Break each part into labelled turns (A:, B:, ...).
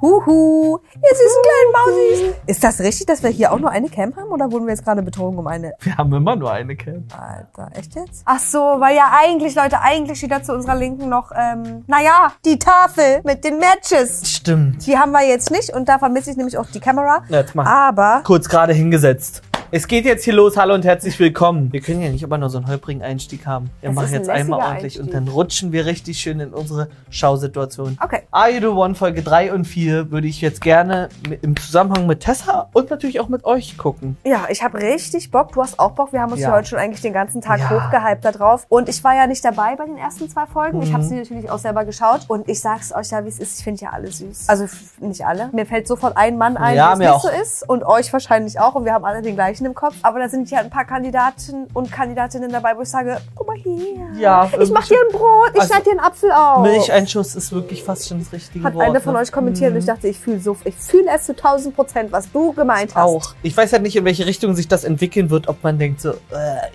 A: Huhu, ihr süßen kleinen Mausis. Ist das richtig, dass wir hier auch nur eine Cam haben oder wurden wir jetzt gerade betrogen um eine?
B: Wir haben immer nur eine Cam.
A: Alter, echt jetzt? Ach so, weil ja eigentlich, Leute, eigentlich steht da zu unserer Linken noch, ähm, naja, die Tafel mit den Matches.
B: Stimmt.
A: Die haben wir jetzt nicht und da vermisse ich nämlich auch die Kamera.
B: Na, Jetzt mal
A: Aber
B: kurz gerade hingesetzt. Es geht jetzt hier los. Hallo und herzlich willkommen. Wir können ja nicht immer nur so einen holprigen Einstieg haben. Wir
A: Das
B: machen
A: ist ein
B: jetzt einmal
A: lässiger
B: ordentlich und
A: Einstieg.
B: dann rutschen wir richtig schön in unsere Schausituation.
A: Okay.
B: Are You The One Folge 3 und 4 würde ich jetzt gerne mi- im Zusammenhang mit Tessa und natürlich auch mit euch gucken.
A: Ja, ich habe richtig Bock. Du hast auch Bock. Wir haben uns
B: Ja.
A: ja. heute schon eigentlich den ganzen Tag
B: Ja.
A: hochgehypt da drauf. Und ich war ja nicht dabei bei den ersten zwei Folgen. Ich habe
B: Mhm.
A: sie natürlich auch selber geschaut. Und ich sag's euch ja, wie es ist. Ich finde ja alle süß. Also f- nicht alle. Mir fällt sofort ein Mann ein,
B: Ja,
A: der es
B: mir
A: nicht
B: auch.
A: so ist. Und euch wahrscheinlich auch. Und wir haben alle den gleichen im Kopf. Aber da sind ja ein paar Kandidaten und Kandidatinnen dabei, wo ich sage, guck mal hier.
B: Ja,
A: Ich
B: irgendwie-
A: mach dir ein Brot. Ich
B: Also,
A: schneid dir einen Apfel auf.
B: Milcheinschuss ist wirklich fast schon das richtige
A: Hat
B: Wort.
A: eine von
B: ne?
A: euch kommentiert und ich dachte, ich fühle so, ich fühle es zu 1000 Prozent, was du gemeint hast.
B: Auch. Ich weiß ja nicht, in welche Richtung sich das entwickeln wird, ob man denkt so, äh,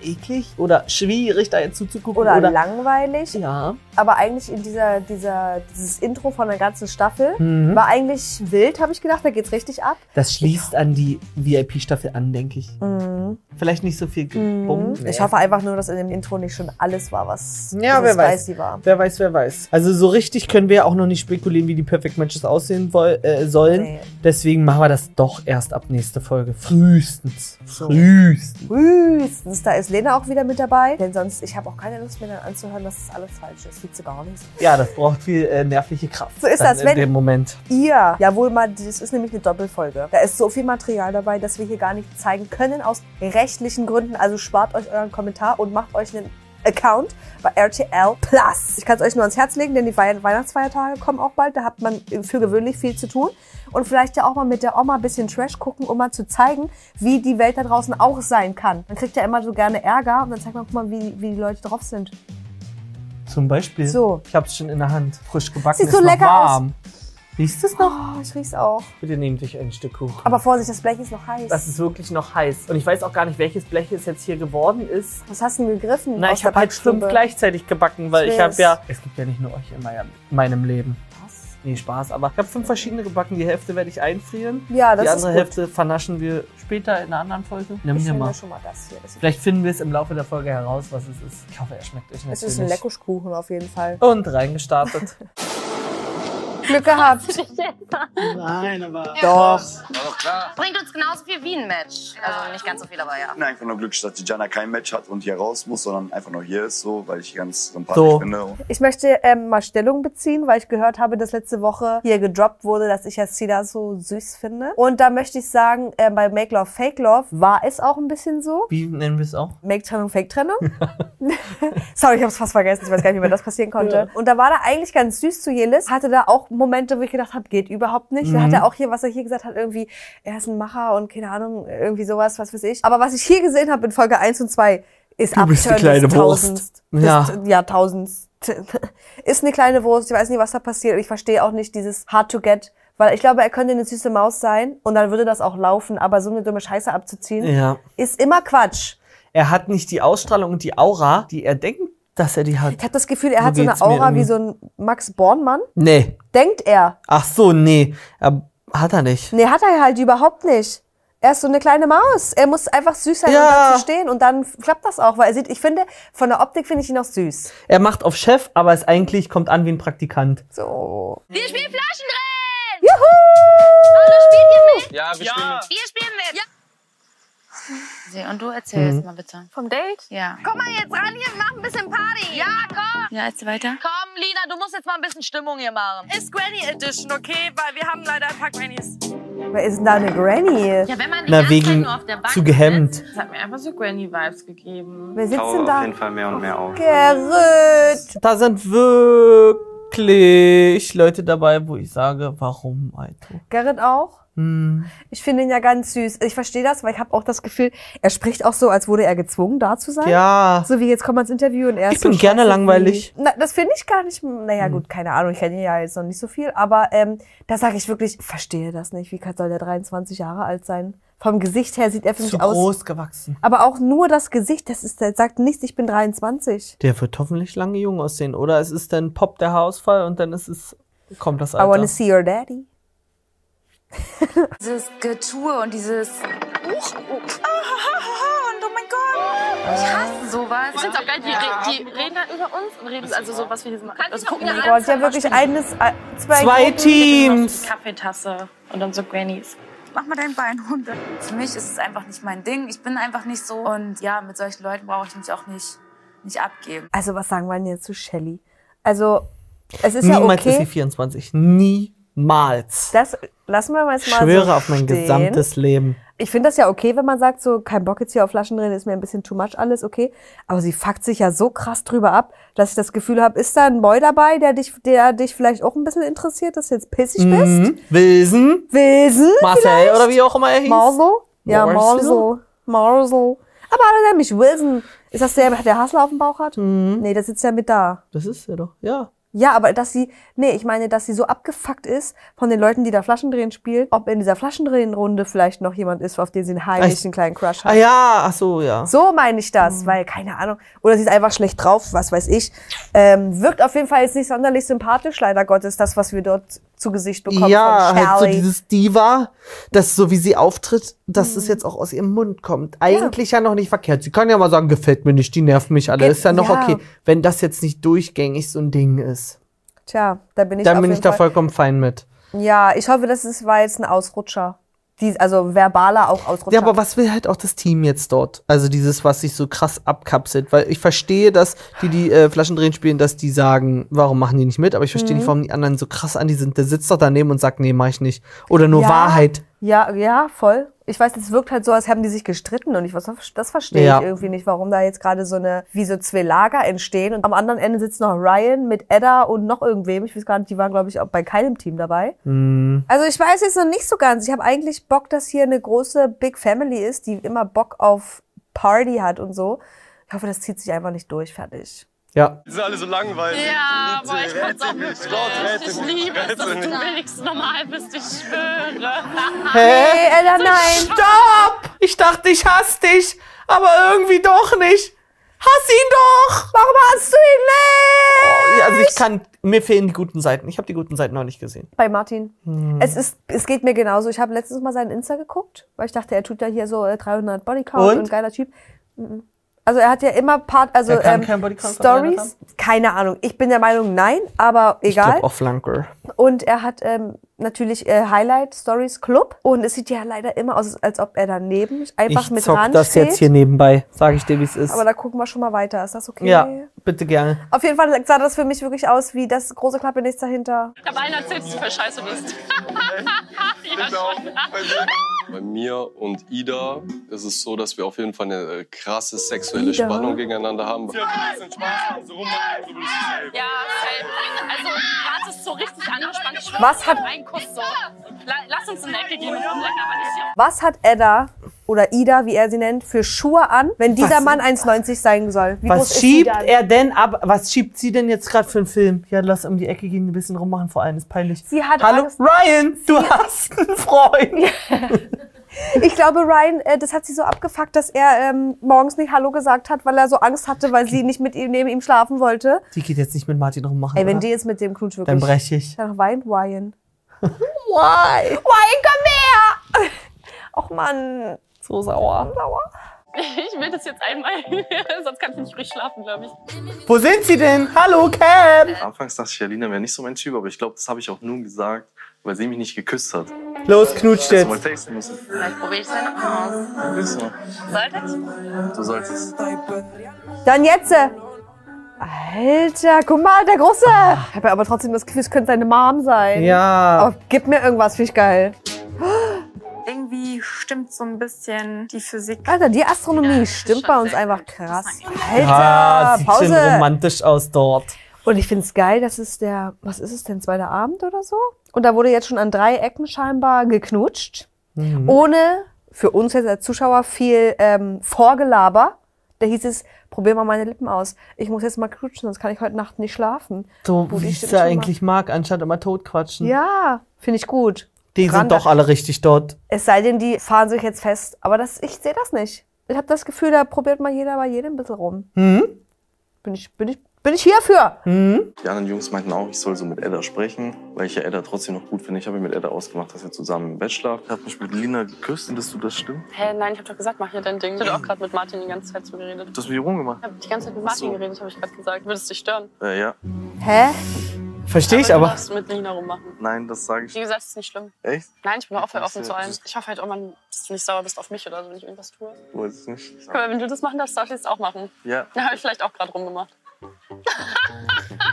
B: eklig oder schwierig da jetzt zuzugucken
A: Oder,
B: oder,
A: langweilig.
B: ja.
A: Aber eigentlich in dieser, dieser, dieses Intro von der ganzen Staffel
B: Mhm.
A: war eigentlich wild, habe ich gedacht. Da geht's richtig ab.
B: Das schließt an die VIP-Staffel an, denke ich.
A: Mhm.
B: Vielleicht nicht so viel gebummt.
A: Ich hoffe einfach nur, dass in dem Intro nicht schon alles war, was
B: Ja,
A: dieses
B: wer weiß.
A: spicy war.
B: Wer weiß, wer weiß. Also so richtig können wir auch noch nicht spekulieren, wie die Perfect Matches aussehen woll äh, sollen.
A: Nee.
B: Deswegen machen wir das doch erst ab nächste Folge. Frühestens.
A: So.
B: Frühestens.
A: Frühestens, da ist Lena auch wieder mit dabei. Denn sonst, ich habe auch keine Lust mehr dann anzuhören, dass das alles falsch ist. Sieht sie gar nicht.
B: Ja, das braucht viel äh, nervliche Kraft.
A: So ist
B: dann
A: das,
B: in
A: wenn-
B: dem Moment.
A: Ihr, jawohl, mal, das ist nämlich eine Doppelfolge. Da ist so viel Material dabei, dass wir hier gar nicht zeigen können aus rechtlichen Gründen. Also spart euch euren Kommentar und macht euch einen Account bei RTL Plus. Ich kann es euch nur ans Herz legen, denn die Wei- Weihnachtsfeiertage kommen auch bald. Da hat man für gewöhnlich viel zu tun. Und vielleicht ja auch mal mit der Oma ein bisschen Trash gucken, um mal zu zeigen, wie die Welt da draußen auch sein kann. Man kriegt ja immer so gerne Ärger und dann zeigt man, guck mal, wie, wie die Leute drauf sind.
B: Zum Beispiel.
A: So.
B: Ich hab's schon in der Hand. Frisch gebacken.
A: Sieht
B: ist
A: so
B: noch
A: lecker aus.
B: warm. Riechst du es noch?
A: Oh, ich riech's auch.
B: Bitte nehmt euch ein Stück Kuchen.
A: Aber Vorsicht, das Blech ist noch heiß.
B: das ist wirklich noch heiß. Und ich weiß auch gar nicht, welches Blech es jetzt hier geworden ist.
A: Was hast du denn gegriffen?
B: Na,
A: aus
B: ich
A: der
B: habe halt fünf
A: Backstube?
B: gleichzeitig gebacken, weil
A: Ich
B: ich habe
A: weiß.
B: ja. Es gibt ja nicht nur euch in meinem, meinem Leben.
A: Was?
B: Nee, Spaß, aber ich habe fünf verschiedene gebacken. Die Hälfte werde ich einfrieren.
A: Ja, das
B: die andere
A: ist gut.
B: Hälfte vernaschen wir später in einer anderen Folge. Nimm
A: Ich
B: dir
A: nehme
B: mal.
A: schon mal das hier. Das ist,
B: Vielleicht finden wir es im Laufe der Folge heraus, was es ist. Ich hoffe, er schmeckt euch natürlich.
A: es ist ein Leckuschkuchen auf jeden Fall.
B: Und reingestartet.
A: Glück gehabt.
C: Nein, aber.
A: Doch.
D: War doch klar.
E: Bringt uns genauso viel wie ein Match. Also nicht ganz so viel, aber ja.
D: Ich bin einfach nur glücklich, dass Jana kein Match hat und hier raus muss, sondern einfach nur hier ist, so, weil ich ganz sympathisch
B: So.
D: finde. Und
A: Ich möchte ähm, mal Stellung beziehen, weil ich gehört habe, dass letzte Woche hier gedroppt wurde, dass ich Yasida so süß finde. Und da möchte ich sagen, ähm, bei Make Love Fake Love war es auch ein bisschen so.
B: Wie nennen wir es auch?
A: Make-Trennung, Fake-Trennung. Sorry, ich habe es fast vergessen. Ich weiß gar nicht, wie mir das passieren konnte. Und da war er eigentlich ganz süß zu Jelis. Hatte da auch Momente, wo ich gedacht habe, geht überhaupt nicht. Da hat
B: Mhm.
A: er auch hier, was er hier gesagt hat, irgendwie, er ist ein Macher und keine Ahnung, irgendwie sowas, was weiß ich. Aber was ich hier gesehen habe in Folge 1 und 2, ist
B: Du bist die
A: Upturn
B: kleine
A: des
B: Wurst.
A: Tausendst-
B: Ja.
A: Des Jahrtausends. Ist eine kleine Wurst. Ich weiß nicht, was da passiert. Ich verstehe auch nicht dieses Hard to Get. Weil ich glaube, er könnte eine süße Maus sein und dann würde das auch laufen. Aber so eine dumme Scheiße abzuziehen,
B: Ja.
A: ist immer Quatsch.
B: Er hat nicht die Ausstrahlung und die Aura, die er denkt, dass er die
A: Ich
B: hat.
A: habe das Gefühl, er
B: So
A: hat so eine
B: geht's mir
A: Aura wie
B: irgendwie.
A: so ein Max Bornmann.
B: Nee.
A: Denkt er.
B: Ach so, nee. Er, hat er nicht.
A: Nee, hat er halt überhaupt nicht. Er ist so eine kleine Maus. Er muss einfach süß sein, um
B: Ja.
A: dazu stehen. Und dann klappt das auch. Weil er sieht, ich finde, von der Optik finde ich ihn auch süß.
B: Er macht auf Chef, aber es eigentlich kommt an wie ein Praktikant.
A: So.
E: Wir spielen Flaschen drin!
A: Juhu!
E: Hallo, spielt ihr mit?
F: Ja, wir spielen
E: Wir spielen mit! Ja. Und du erzählst mal bitte. Vom Date? Ja. Komm mal jetzt ran hier, wir machen ein bisschen Party. Ja, komm. Ja, erzähl weiter.
G: Komm, Lina, du musst jetzt mal ein bisschen Stimmung hier machen.
H: ist Granny Edition, okay? Weil wir haben leider ein paar Grannys.
A: Wer ist denn da eine Granny?
E: Ja, wenn man die
B: Na,
E: ganze Zeit
B: wegen
E: nur auf der Bank
B: zu gehemmt.
E: sitzt.
H: Das hat mir einfach so Granny-Vibes gegeben.
A: Wer sitzt denn
F: Tau auf
A: da?
F: jeden Fall mehr und mehr auf.
A: Gerrit.
B: Da sind wirklich Leute dabei, wo ich sage, warum, Alter?
A: Gerrit auch?
B: Hm.
A: Ich finde ihn ja ganz süß. Ich verstehe das, weil ich habe auch das Gefühl, er spricht auch so, als wurde er gezwungen, da zu sein.
B: Ja.
A: So wie jetzt kommt man ins Interview und er
B: Ich
A: ist
B: bin
A: so
B: gerne
A: scheiße
B: langweilig. Hm.
A: Wie, na, das finde ich gar nicht. Naja, gut, keine Ahnung. Ich kenne ihn ja jetzt noch nicht so viel, aber ähm, da sage ich wirklich, verstehe das nicht. Wie kann- soll der 23 Jahre alt sein? Vom Gesicht her sieht er für
B: Zu
A: mich aus.
B: groß gewachsen.
A: Aber auch nur das Gesicht, das ist, das sagt nichts, ich bin 23.
B: Der wird hoffentlich lange jung aussehen. Oder es ist dann poppt der Haarausfall und dann ist es, kommt das
A: I wanna
B: Alter.
A: see your daddy.
E: Dieses Getue und dieses. Uch, oh, oh, oh, und oh mein Gott. Ich hasse sowas.
F: Ich finde es auch geil, die, re die reden dann über uns und reden also so, was wir hier so machen. Also
A: Oh mein Gott, ja wirklich eines, äh, zwei,
B: Zwei
A: Gruppen.
B: Teams.
H: Kaffeetasse und dann so Grannies.
E: Mach mal dein Bein runter. Für mich ist es einfach nicht mein Ding. Ich bin einfach nicht so. Und ja, mit solchen Leuten brauche ich mich auch nicht, nicht abgeben.
A: Also was sagen wir denn jetzt zu Shelly? Also es ist
B: Niemals
A: ja
B: ist sie
A: okay.
B: 24. Niemals.
A: Das lassen wir mal jetzt
B: Ich
A: mal
B: schwöre
A: so
B: auf mein
A: stehen.
B: gesamtes Leben.
A: Ich finde das ja okay, wenn man sagt, so kein Bock jetzt hier auf Flaschen drin, ist mir ein bisschen too much alles, okay. Aber sie fuckt sich ja so krass drüber ab, dass ich das Gefühl habe, ist da ein Boy dabei, der dich, der dich vielleicht auch ein bisschen interessiert, dass du jetzt pissig bist?
B: Mhm. Wilson,
A: Wilson?
B: Marcel oder wie auch immer er hieß.
A: Marzo? Ja,
B: Marzo?
A: Marzo. Marzo. Aber alle nennen mich Wilson. Ist das der, der Hassel auf dem Bauch hat? Nee, der sitzt ja mit da.
B: Das ist er doch, ja.
A: Ja, aber dass sie, nee, ich meine, dass sie so abgefuckt ist von den Leuten, die da Flaschendrehen spielen, ob in dieser Flaschendrehenrunde vielleicht noch jemand ist, auf den sie einen heimlichen kleinen Crush hat.
B: Ah ja, ach so, ja.
A: So meine ich das,
B: Mhm.
A: weil keine Ahnung. Oder sie ist einfach schlecht drauf, was weiß ich. Ähm, wirkt auf jeden Fall jetzt nicht sonderlich sympathisch, leider Gottes, das, was wir dort zu Gesicht bekommen
B: ja,
A: von Shelly.
B: halt so dieses Diva, dass so wie sie auftritt, dass
A: Hm.
B: es jetzt auch aus ihrem Mund kommt. Eigentlich ja. noch nicht verkehrt. Sie kann ja mal sagen, gefällt mir nicht, die nerven mich alle.
A: Ge-
B: Ist ja noch
A: ja.
B: okay, wenn das jetzt nicht durchgängig so ein Ding ist.
A: Tja, da bin ich
B: Dann
A: auf
B: bin
A: jeden
B: ich da
A: Fall.
B: vollkommen fein mit.
A: Ja, ich hoffe, das ist, war jetzt ein Ausrutscher. Die, also verbaler auch Ausrutscher.
B: Ja, aber was will halt auch das Team jetzt dort? Also dieses, was sich so krass abkapselt. Weil ich verstehe, dass die, die äh, Flaschendrehen spielen, dass die sagen, warum machen die nicht mit? Aber ich verstehe
A: Mhm.
B: nicht, warum die anderen so krass an die sind. Der sitzt doch daneben und sagt, nee, mach ich nicht. Oder nur
A: Ja.
B: Wahrheit.
A: Ja, ja, voll. Ich weiß, es wirkt halt so, als haben die sich gestritten und ich was, das verstehe
B: Ja.
A: ich irgendwie nicht, warum da jetzt gerade so eine, wie so zwei Lager entstehen und am anderen Ende sitzt noch Ryan mit Edda und noch irgendwem. Ich weiß gar nicht, die waren glaube ich auch bei keinem Team dabei. Also ich weiß jetzt noch nicht so ganz. Ich habe eigentlich Bock, dass hier eine große Big Family ist, die immer Bock auf Party hat und so. Ich hoffe, das zieht sich einfach nicht durch, fertig.
B: Ja.
I: Die sind alle so langweilig.
F: Ja, aber ich kann's auch nicht.
I: Gott,
F: Ich liebe es, dass du wenigstens normal bist, ich schwöre.
B: Hä?
A: Hey, Edda, nein!
B: Stopp! Ich dachte, ich hasse dich, aber irgendwie doch nicht. Hass ihn doch!
A: Warum hast du ihn nicht?
B: Oh, ja, also ich kann, mir fehlen die guten Seiten. Ich habe die guten Seiten noch nicht gesehen.
A: bei Martin.
B: Hm.
A: Es, ist, es geht mir genauso. Ich habe letztens mal seinen Insta geguckt, weil ich dachte, er tut ja hier so äh, 300 Bodycount
B: Und?
A: und? geiler Typ. Mhm. Also er hat ja immer Part, also
B: Er kann keinen
A: ähm,
B: Bodycount von 300
A: Stories. Keine Ahnung. Ich bin der Meinung, nein, aber
B: Ich glaube
A: egal.
B: auch Flanker.
A: Und er hat ähm, natürlich äh, Highlight Stories Club und es sieht ja leider immer aus, als ob er daneben einfach
B: Ich
A: mit
B: zock
A: ran
B: das
A: steht.
B: jetzt hier nebenbei. Sag ich dir, wie es ist.
A: Aber da gucken wir schon mal weiter. Ist das okay?
B: ja, bitte gerne.
A: Auf jeden Fall sah das für mich wirklich aus wie das große Klappe nichts dahinter.
F: Ich habe allen erzählt, was du für Scheiße bist. ja, schon.
I: Bei mir und Ida ist es so, dass wir auf jeden Fall eine äh, krasse sexuelle
A: Ida?
I: Spannung gegeneinander haben.
F: Ja, safe. Also, gerade ist so richtig angespannt. Ich schwöre,
A: Was hat-
F: Ein Kuss so. La- Lass uns in die Ecke gehen und rumlecken, aber nicht hier.
A: Was hat Edda oder Ida, wie er sie nennt, für Schuhe an, wenn dieser
B: Was?
A: Mann 1,90 sein soll? Wie groß
B: Was
A: ist
B: schiebt
A: sie dann?
B: er denn ab? Was schiebt sie denn jetzt gerade für einen Film? Ja, lass um die Ecke gehen, ein bisschen rummachen, vor allem ist peinlich.
A: Sie hat
B: Hallo,
A: Angst.
B: Ryan, du hast einen Freund.
A: Ich glaube, Ryan, äh, das hat sie so abgefuckt, dass er ähm, morgens nicht Hallo gesagt hat, weil er so Angst hatte, weil sie nicht mit ihm neben ihm schlafen wollte.
B: Die geht jetzt nicht mit Martin rummachen.
A: Ey, wenn
B: oder?
A: die jetzt mit dem Knutsch wirklich.
B: Dann breche ich.
A: Dann weint Ryan. Why? Ryan, komm her! Och Mann,
B: So sauer.
A: sauer.
F: Ich will das jetzt einmal. Sonst kann ich nicht ruhig schlafen, glaube ich.
B: Wo sind sie denn? Hallo, Cam!
J: Anfangs dachte ich, Alina wäre nicht so mein Typ, aber ich glaube, das habe ich auch nur gesagt, weil sie mich nicht geküsst hat.
B: Los, knutscht
J: Hättest du mal
B: jetzt.
J: texten müssen.
E: Vielleicht probiere ich es ja noch aus.
J: Willst du mal?
E: Sollte ich?
J: Du solltest.
A: Dann jetzt. äh. Alter, guck mal, der Große. Ich habe ja aber trotzdem das Gefühl, es könnte seine Mom sein.
B: Ja.
A: Aber gib mir irgendwas, finde ich geil.
H: Irgendwie stimmt so ein bisschen die Physik.
A: Alter, die Astronomie
E: Ja,
A: stimmt
E: schon
A: bei uns
E: sehr
A: einfach
E: gut.
A: krass.
E: Das
A: Alter,
B: Ah, sieht schon
A: Pause.
B: romantisch aus dort.
A: Und ich find's geil, das ist der, was ist es denn, zweiter Abend oder so? Und da wurde jetzt schon an drei Ecken scheinbar geknutscht.
B: Hm.
A: Ohne, für uns jetzt als Zuschauer, viel ähm, Vorgelaber. Da hieß es, probier mal meine Lippen aus. Ich muss jetzt mal knutschen, sonst kann ich heute Nacht nicht schlafen.
B: So
A: Gut,
B: wie
A: ich
B: ich es
A: stimme
B: ja
A: schon
B: eigentlich mag, anstatt immer totquatschen.
A: Ja, finde ich gut.
B: Hm. Die
A: Dran-
B: sind doch alle richtig dort.
A: Es sei denn, die fahren sich jetzt fest. Aber das, ich sehe das nicht. Ich habe das Gefühl, da probiert mal jeder bei jedem ein bisschen rum.
B: Hm?
A: Bin ich, bin ich, Bin ich hierfür?
J: Die anderen Jungs meinten auch, ich soll so mit Edda sprechen, weil ich ja Edda trotzdem noch gut finde. Ich habe mit Edda ausgemacht, dass wir zusammen im Bett schlafen. Ich habe mich mit Lina geküsst, findest du das stimmt?
F: Hä, nein, ich hab doch gesagt, mach hier dein Ding. Ich hab auch gerade mit Martin die ganze Zeit so geredet.
J: Du hast mich rumgemacht.
F: Ich hab die ganze Zeit mit Martin
J: so.
F: geredet, habe ich gerade gesagt. Würdest dich stören.
J: Äh, ja.
A: Hä?
B: Verstehe ich
F: Du
B: aber.
F: darfst mit Lina rummachen.
J: Nein, das sage ich
F: Wie gesagt, ist nicht schlimm.
J: echt.
F: Nein, ich bin auch voll
J: Das ist
F: offen
J: ja-
F: zu allem.
J: das
F: Ich hoffe halt auch, man, dass du nicht sauer bist auf mich oder so, wenn ich irgendwas tue.
J: Weiß ich nicht.
F: Guck mal, wenn du das machen darfst, darf ich das auch machen.
J: Ja.
F: Da habe ich vielleicht auch gerade rumgemacht.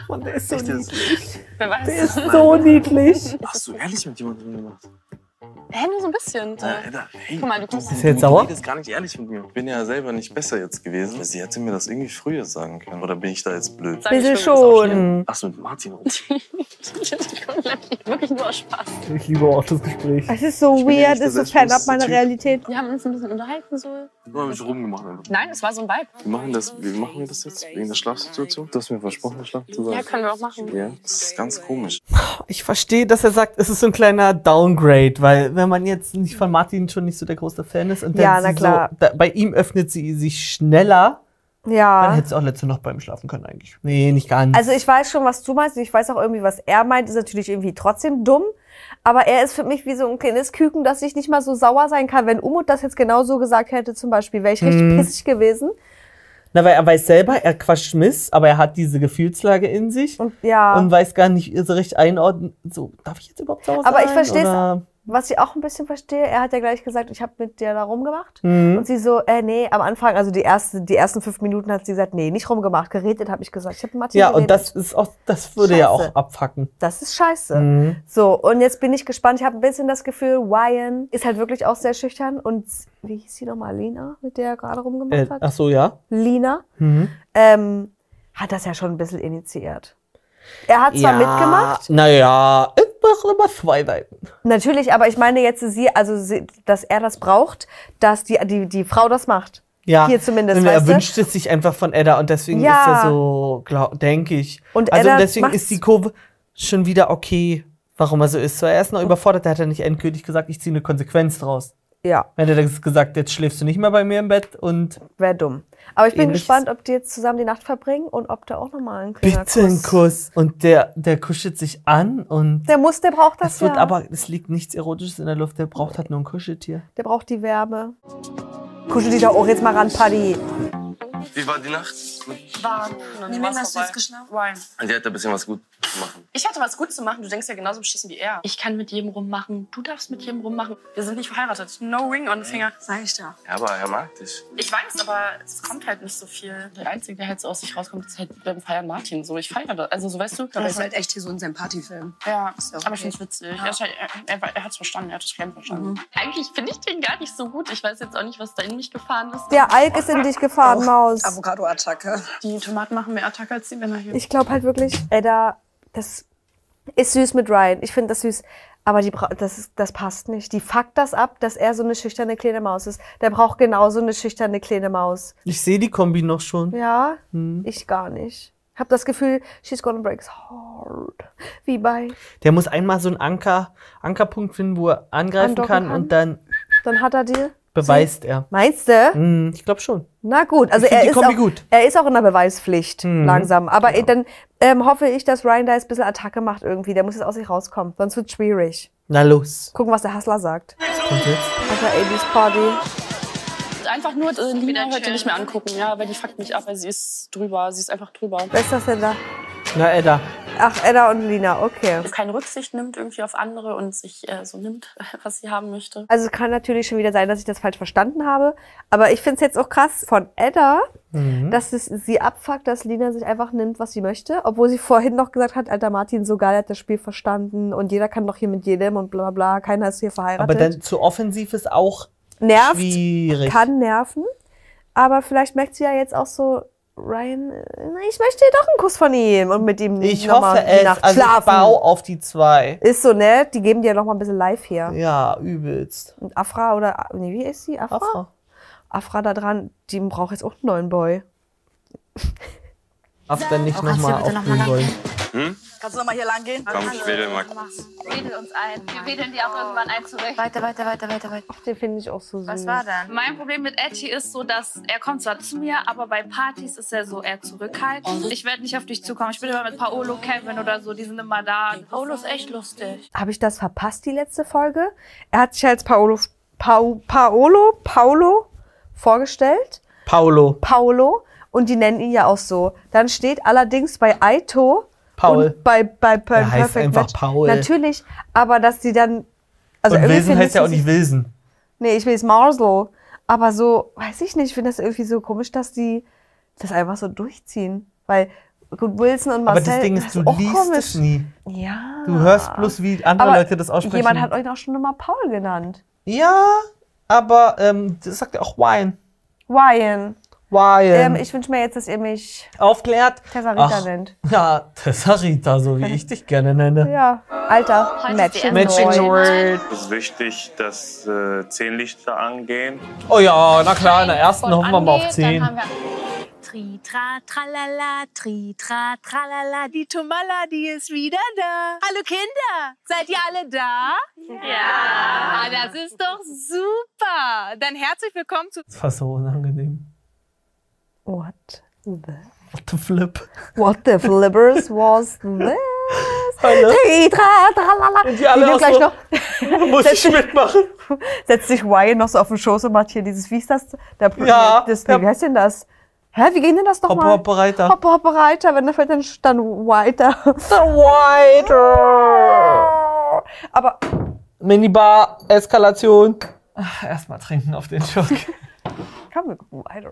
A: Und der ist so
J: Echt jetzt?
F: Wer
A: Der
F: weiß.
A: ist so niedlich.
J: Hast du ehrlich mit jemandem gemacht?
F: Hä, nur so ein bisschen. So.
J: Äh, Edda, hey.
F: Guck mal, du kommst
B: Ist er jetzt sauer?
J: Du redest gar nicht ehrlich mit mir. Ich bin ja selber nicht besser jetzt gewesen. Aber Sie hätte mir das irgendwie früher sagen können. Oder bin ich da jetzt blöd?
F: Sag ich
A: Bisschen
F: schon, ist auch schlimm.
A: schon.
J: Ach so, mit Martin rum.
F: Wirklich nur aus Spaß.
B: Ich liebe auch das Gespräch.
A: Es ist so
J: Ich bin ja
A: weird,
J: nicht
A: ist so
J: besessen,
A: fernab
J: das ist
A: meiner
J: der Typ.
A: Realität.
F: Wir haben uns ein bisschen unterhalten so.
J: Nur habe ich rumgemacht. einfach.
F: Nein, es war so ein Vibe.
J: Wir machen das, wir machen das jetzt wegen der Schlafsituation. Du hast mir versprochen, schlafen zu
F: Ja,
J: sein.
F: können wir auch machen.
J: Ja, das ist ganz komisch.
B: Ich verstehe, dass er sagt, es ist so ein kleiner Downgrade, weil wenn man jetzt nicht von Martin schon nicht so der große Fan ist und dann
A: Ja,
B: sie
A: na klar.
B: So, da, bei ihm öffnet sie sich schneller, dann
A: Ja.
B: hätte sie auch letzte Nacht bei ihm schlafen können eigentlich. Nee, nicht ganz.
A: Also ich weiß schon, was du meinst und ich weiß auch irgendwie, was er meint. Ist natürlich irgendwie trotzdem dumm. Aber er ist für mich wie so ein kleines Küken, dass ich nicht mal so sauer sein kann. Wenn Umut das jetzt genau so gesagt hätte zum Beispiel, wäre ich richtig pissig gewesen.
B: na, weil er weiß selber, er quatscht Mist, aber er hat diese Gefühlslage in sich und,
A: Und ja.
B: weiß gar nicht so recht einordnen. So, darf ich jetzt überhaupt sauer sein?
A: Aber ich versteh's.
B: Oder-
A: Was ich auch ein bisschen verstehe, er hat ja gleich gesagt, ich habe mit dir da rumgemacht.
B: Mhm.
A: Und sie so, äh, nee, am Anfang, also die, erste, die ersten fünf Minuten hat sie gesagt, nee, nicht rumgemacht, geredet, habe ich gesagt. Ich habe mit Martin
B: Ja,
A: geredet.
B: und das ist auch, das würde ja
A: Scheiße. Hm.
B: auch abfacken.
A: das ist scheiße.
B: Mhm.
A: So, und jetzt bin ich gespannt. Ich habe ein bisschen das Gefühl, Ryan ist halt wirklich auch sehr schüchtern. Und wie hieß sie nochmal? Lina, mit der er gerade
B: Äh,
A: rumgemacht hat?
B: ach so, ja.
A: Lina
B: Mhm.
A: ähm, hat das ja schon ein bisschen initiiert. Er hat zwar mitgemacht,
B: Naja, ich mache immer zwei Seiten.
A: natürlich, aber ich meine jetzt sie, also sie, dass er das braucht, dass die, die, die Frau das macht.
B: Ja,
A: Hier zumindest,
B: und er
A: weißt du?
B: wünscht es sich einfach von Edda und deswegen
A: Ja.
B: ist er so, glaub, denke ich.
A: Und
B: also
A: Edda
B: deswegen
A: macht's.
B: ist die Kurve schon wieder okay, warum er so ist. Zwar er
A: Oh.
B: ist noch überfordert, da hat er nicht endgültig gesagt, ich ziehe eine Konsequenz draus.
A: Ja,
B: Wenn er das gesagt, jetzt schläfst du nicht mehr bei mir im Bett und
A: wäre dumm. Aber ich bin
B: Ähnliches.
A: gespannt, ob die jetzt zusammen die Nacht verbringen und ob da auch nochmal ein kleiner
B: bitte einen Kuss.
A: Kuss-
B: Und der, der kuschelt sich an und
A: Der muss, der braucht das,
B: es wird
A: ja.
B: aber, es liegt nichts Erotisches in der Luft, der braucht halt nur ein Kuscheltier.
A: der braucht die Wärme. Kuschel dich doch auch jetzt mal ran, Paddy.
J: Wie war die Nacht? Gut.
G: Mit wem hast du jetzt geschlafen?
J: Die hat ein bisschen was gut gemacht.
F: Ich hatte was gut zu machen. Du denkst ja genauso beschissen wie er. Ich kann mit jedem rummachen. Du darfst mit jedem rummachen. Wir sind nicht verheiratet. No ring on the finger.
G: Sag ich doch.
J: Ja, aber er mag dich.
F: Ich weiß, aber es kommt halt nicht so viel. Der Einzige, der halt so aus sich rauskommt, ist halt beim Feiern Martin. So, ich feiere das. Also, so weißt du.
H: Aber ist halt echt hier so in seinem Partyfilm.
F: Ja,
H: Ist auch
F: aber ich
H: okay.
F: finde es witzig. Er, ist halt, er, er, er hat es verstanden, er hat es gern verstanden. Eigentlich finde ich den gar nicht so gut. Ich weiß jetzt auch nicht, was da in mich gefahren ist.
A: Der Alk ist in dich gefahren, Maus.
H: Avocado-Attacke.
F: Die Tomaten machen mehr Attacke als die Männer hier.
A: Ich glaube halt wirklich, Edda, das ist süß mit Ryan. Ich finde das süß. Aber die, bra- das, ist- das passt nicht. Die fuckt das ab, dass er so eine schüchterne kleine Maus ist. Der braucht genauso eine schüchterne kleine Maus.
B: Ich sehe die Kombi noch schon.
A: Ja,
B: Hm.
A: ich gar nicht. Ich habe das Gefühl, she's gonna break hard. Wie bei.
B: Der muss einmal so einen Anker, Ankerpunkt finden, wo er angreifen
A: Andocken
B: kann,
A: kann.
B: und dann
A: Dann hat er die.
B: beweist er.
A: Meinst du?
B: Hm, ich glaube schon.
A: Na gut, also
B: Ich find
A: er
B: die
A: ist,
B: Kombi
A: auch,
B: gut. Hm.
A: er ist auch in der Beweispflicht langsam. Aber eh, dann ähm, hoffe ich, dass Ryan da jetzt ein bisschen Attacke macht irgendwie. Der muss jetzt aus sich rauskommen, sonst wird schwierig.
B: Na los.
A: Gucken, was der Hassler sagt.
B: Kommt jetzt.
A: Alter, Abys Party.
F: Einfach nur äh, Lina heute nicht mehr angucken, ja, weil die fuckt mich ab, weil sie ist drüber, sie ist einfach drüber.
A: Wer ist das denn da?
B: Na, Edda.
A: Ach, Edda und Lina, okay.
F: Keine Rücksicht nimmt irgendwie auf andere und sich äh, so nimmt, was sie haben möchte.
A: Also es kann natürlich schon wieder sein, dass ich das falsch verstanden habe. Aber ich finde es jetzt auch krass von Edda,
B: Hm? Mhm.
A: dass es sie abfuckt, dass Lina sich einfach nimmt, was sie möchte. Obwohl sie vorhin noch gesagt hat, alter Martin, so geil, er hat das Spiel verstanden und jeder kann doch hier mit jedem und bla bla bla, keiner ist hier verheiratet.
B: Aber dann zu offensiv ist auch
A: Nervt,
B: schwierig.
A: kann nerven. Aber vielleicht merkt sie ja jetzt auch so, Ryan, äh, ich möchte doch einen Kuss von ihm und mit ihm
B: ich
A: nochmal
B: hoffe
A: die
B: es.
A: Nacht
B: Also ich
A: schlafen.
B: baue auf die zwei.
A: Ist so, ne? Die geben dir ja nochmal ein bisschen live her.
B: Ja, übelst.
A: Und Afra oder, nee, wie ist sie? Afra? Afra,
B: Afra.
A: da dran, die braucht jetzt auch einen neuen Boy.
B: Afra nicht nochmal
G: bitte noch mal
B: aufnehmen
G: lang-
B: wollen.
J: Hm?
G: Kannst du nochmal hier lang gehen?
J: Komm, ich wähle mal.
E: Wedel uns ein. Wir wedeln die auch irgendwann ein zurecht.
H: Weiter, weiter, weiter, weiter, weiter.
A: Den finde ich auch so süß.
E: Was war denn?
F: Mein Problem mit Etty ist so, dass er kommt zwar zu mir, aber bei Partys ist er so eher zurückhaltend. Ich werde nicht auf dich zukommen. Ich bin immer mit Paolo, Kevin oder so, die sind immer da. Paolo ist echt lustig.
A: Habe ich das verpasst, die letzte Folge? Er hat sich als Paolo, Pau, Paolo, Paolo vorgestellt.
B: Paolo.
A: Paolo. Und die nennen ihn ja auch so. Dann steht allerdings bei Aito
B: Paul.
A: und bei, bei, bei
B: Er heißt einfach Paul.
A: Natürlich, aber dass sie dann. Also
B: und
A: irgendwie
B: Wilson
A: finde
B: heißt ja
A: ich
B: auch nicht Wilson.
A: Nee, ich will es Marsel. Aber so, weiß ich nicht, ich finde das irgendwie so komisch, dass die das einfach so durchziehen. Weil gut, Wilson und
B: Aber
A: Marcel. Oh,
B: das Ding ist, du
A: auch
B: liest es nie.
A: Ja.
B: Du hörst bloß, wie andere
A: Aber
B: Leute das aussprechen.
A: Jemand hat euch auch schon immer Paul genannt.
B: ja, aber ähm, das sagt ja auch Wine.
A: Ryan.
B: Wine.
A: Ähm, ich wünsche mir jetzt, dass ihr mich
B: Aufklärt.
A: Tessarita
B: Ach.
A: nennt.
B: Ja, Tessarita, so wie ich dich gerne nenne.
A: Ja. Alter, Matching. Boy.
B: Word.
K: Es ist wichtig, dass äh, zehn Lichter angehen.
B: Oh ja, na klar, in der ersten hoffen wir mal auf 10.
L: Tri, tra, tralala, tri, tra, tralala, die Tomala, die ist wieder da. Hallo Kinder, seid ihr alle da? Ja. Ah, das ist doch super. Dann herzlich willkommen zu...
B: Das war so unangenehm.
A: What the,
B: What the flip?
A: what the flippers was this?
B: Hallo?
A: Tri, tra, tralala.
B: Und die alle
A: nimmt
B: auch
A: gleich
B: so,
A: noch
B: Muss ich mitmachen?
A: setzt sich Ryan noch so auf den Schoß und macht hier dieses, wie ist das? Der,
B: Ja.
A: das, nee, Wie heißt denn das? Hä, wie ging denn das
B: Hoppe,
A: nochmal?
B: hoppe, Reiter.
A: Hoppe, hoppe, Reiter. Wenn das fällt, dann, dann weiter.
B: Dann weiter.
A: Aber
B: Minibar, Eskalation. Ach, Erstmal trinken auf den Schock.
A: kann man weiter.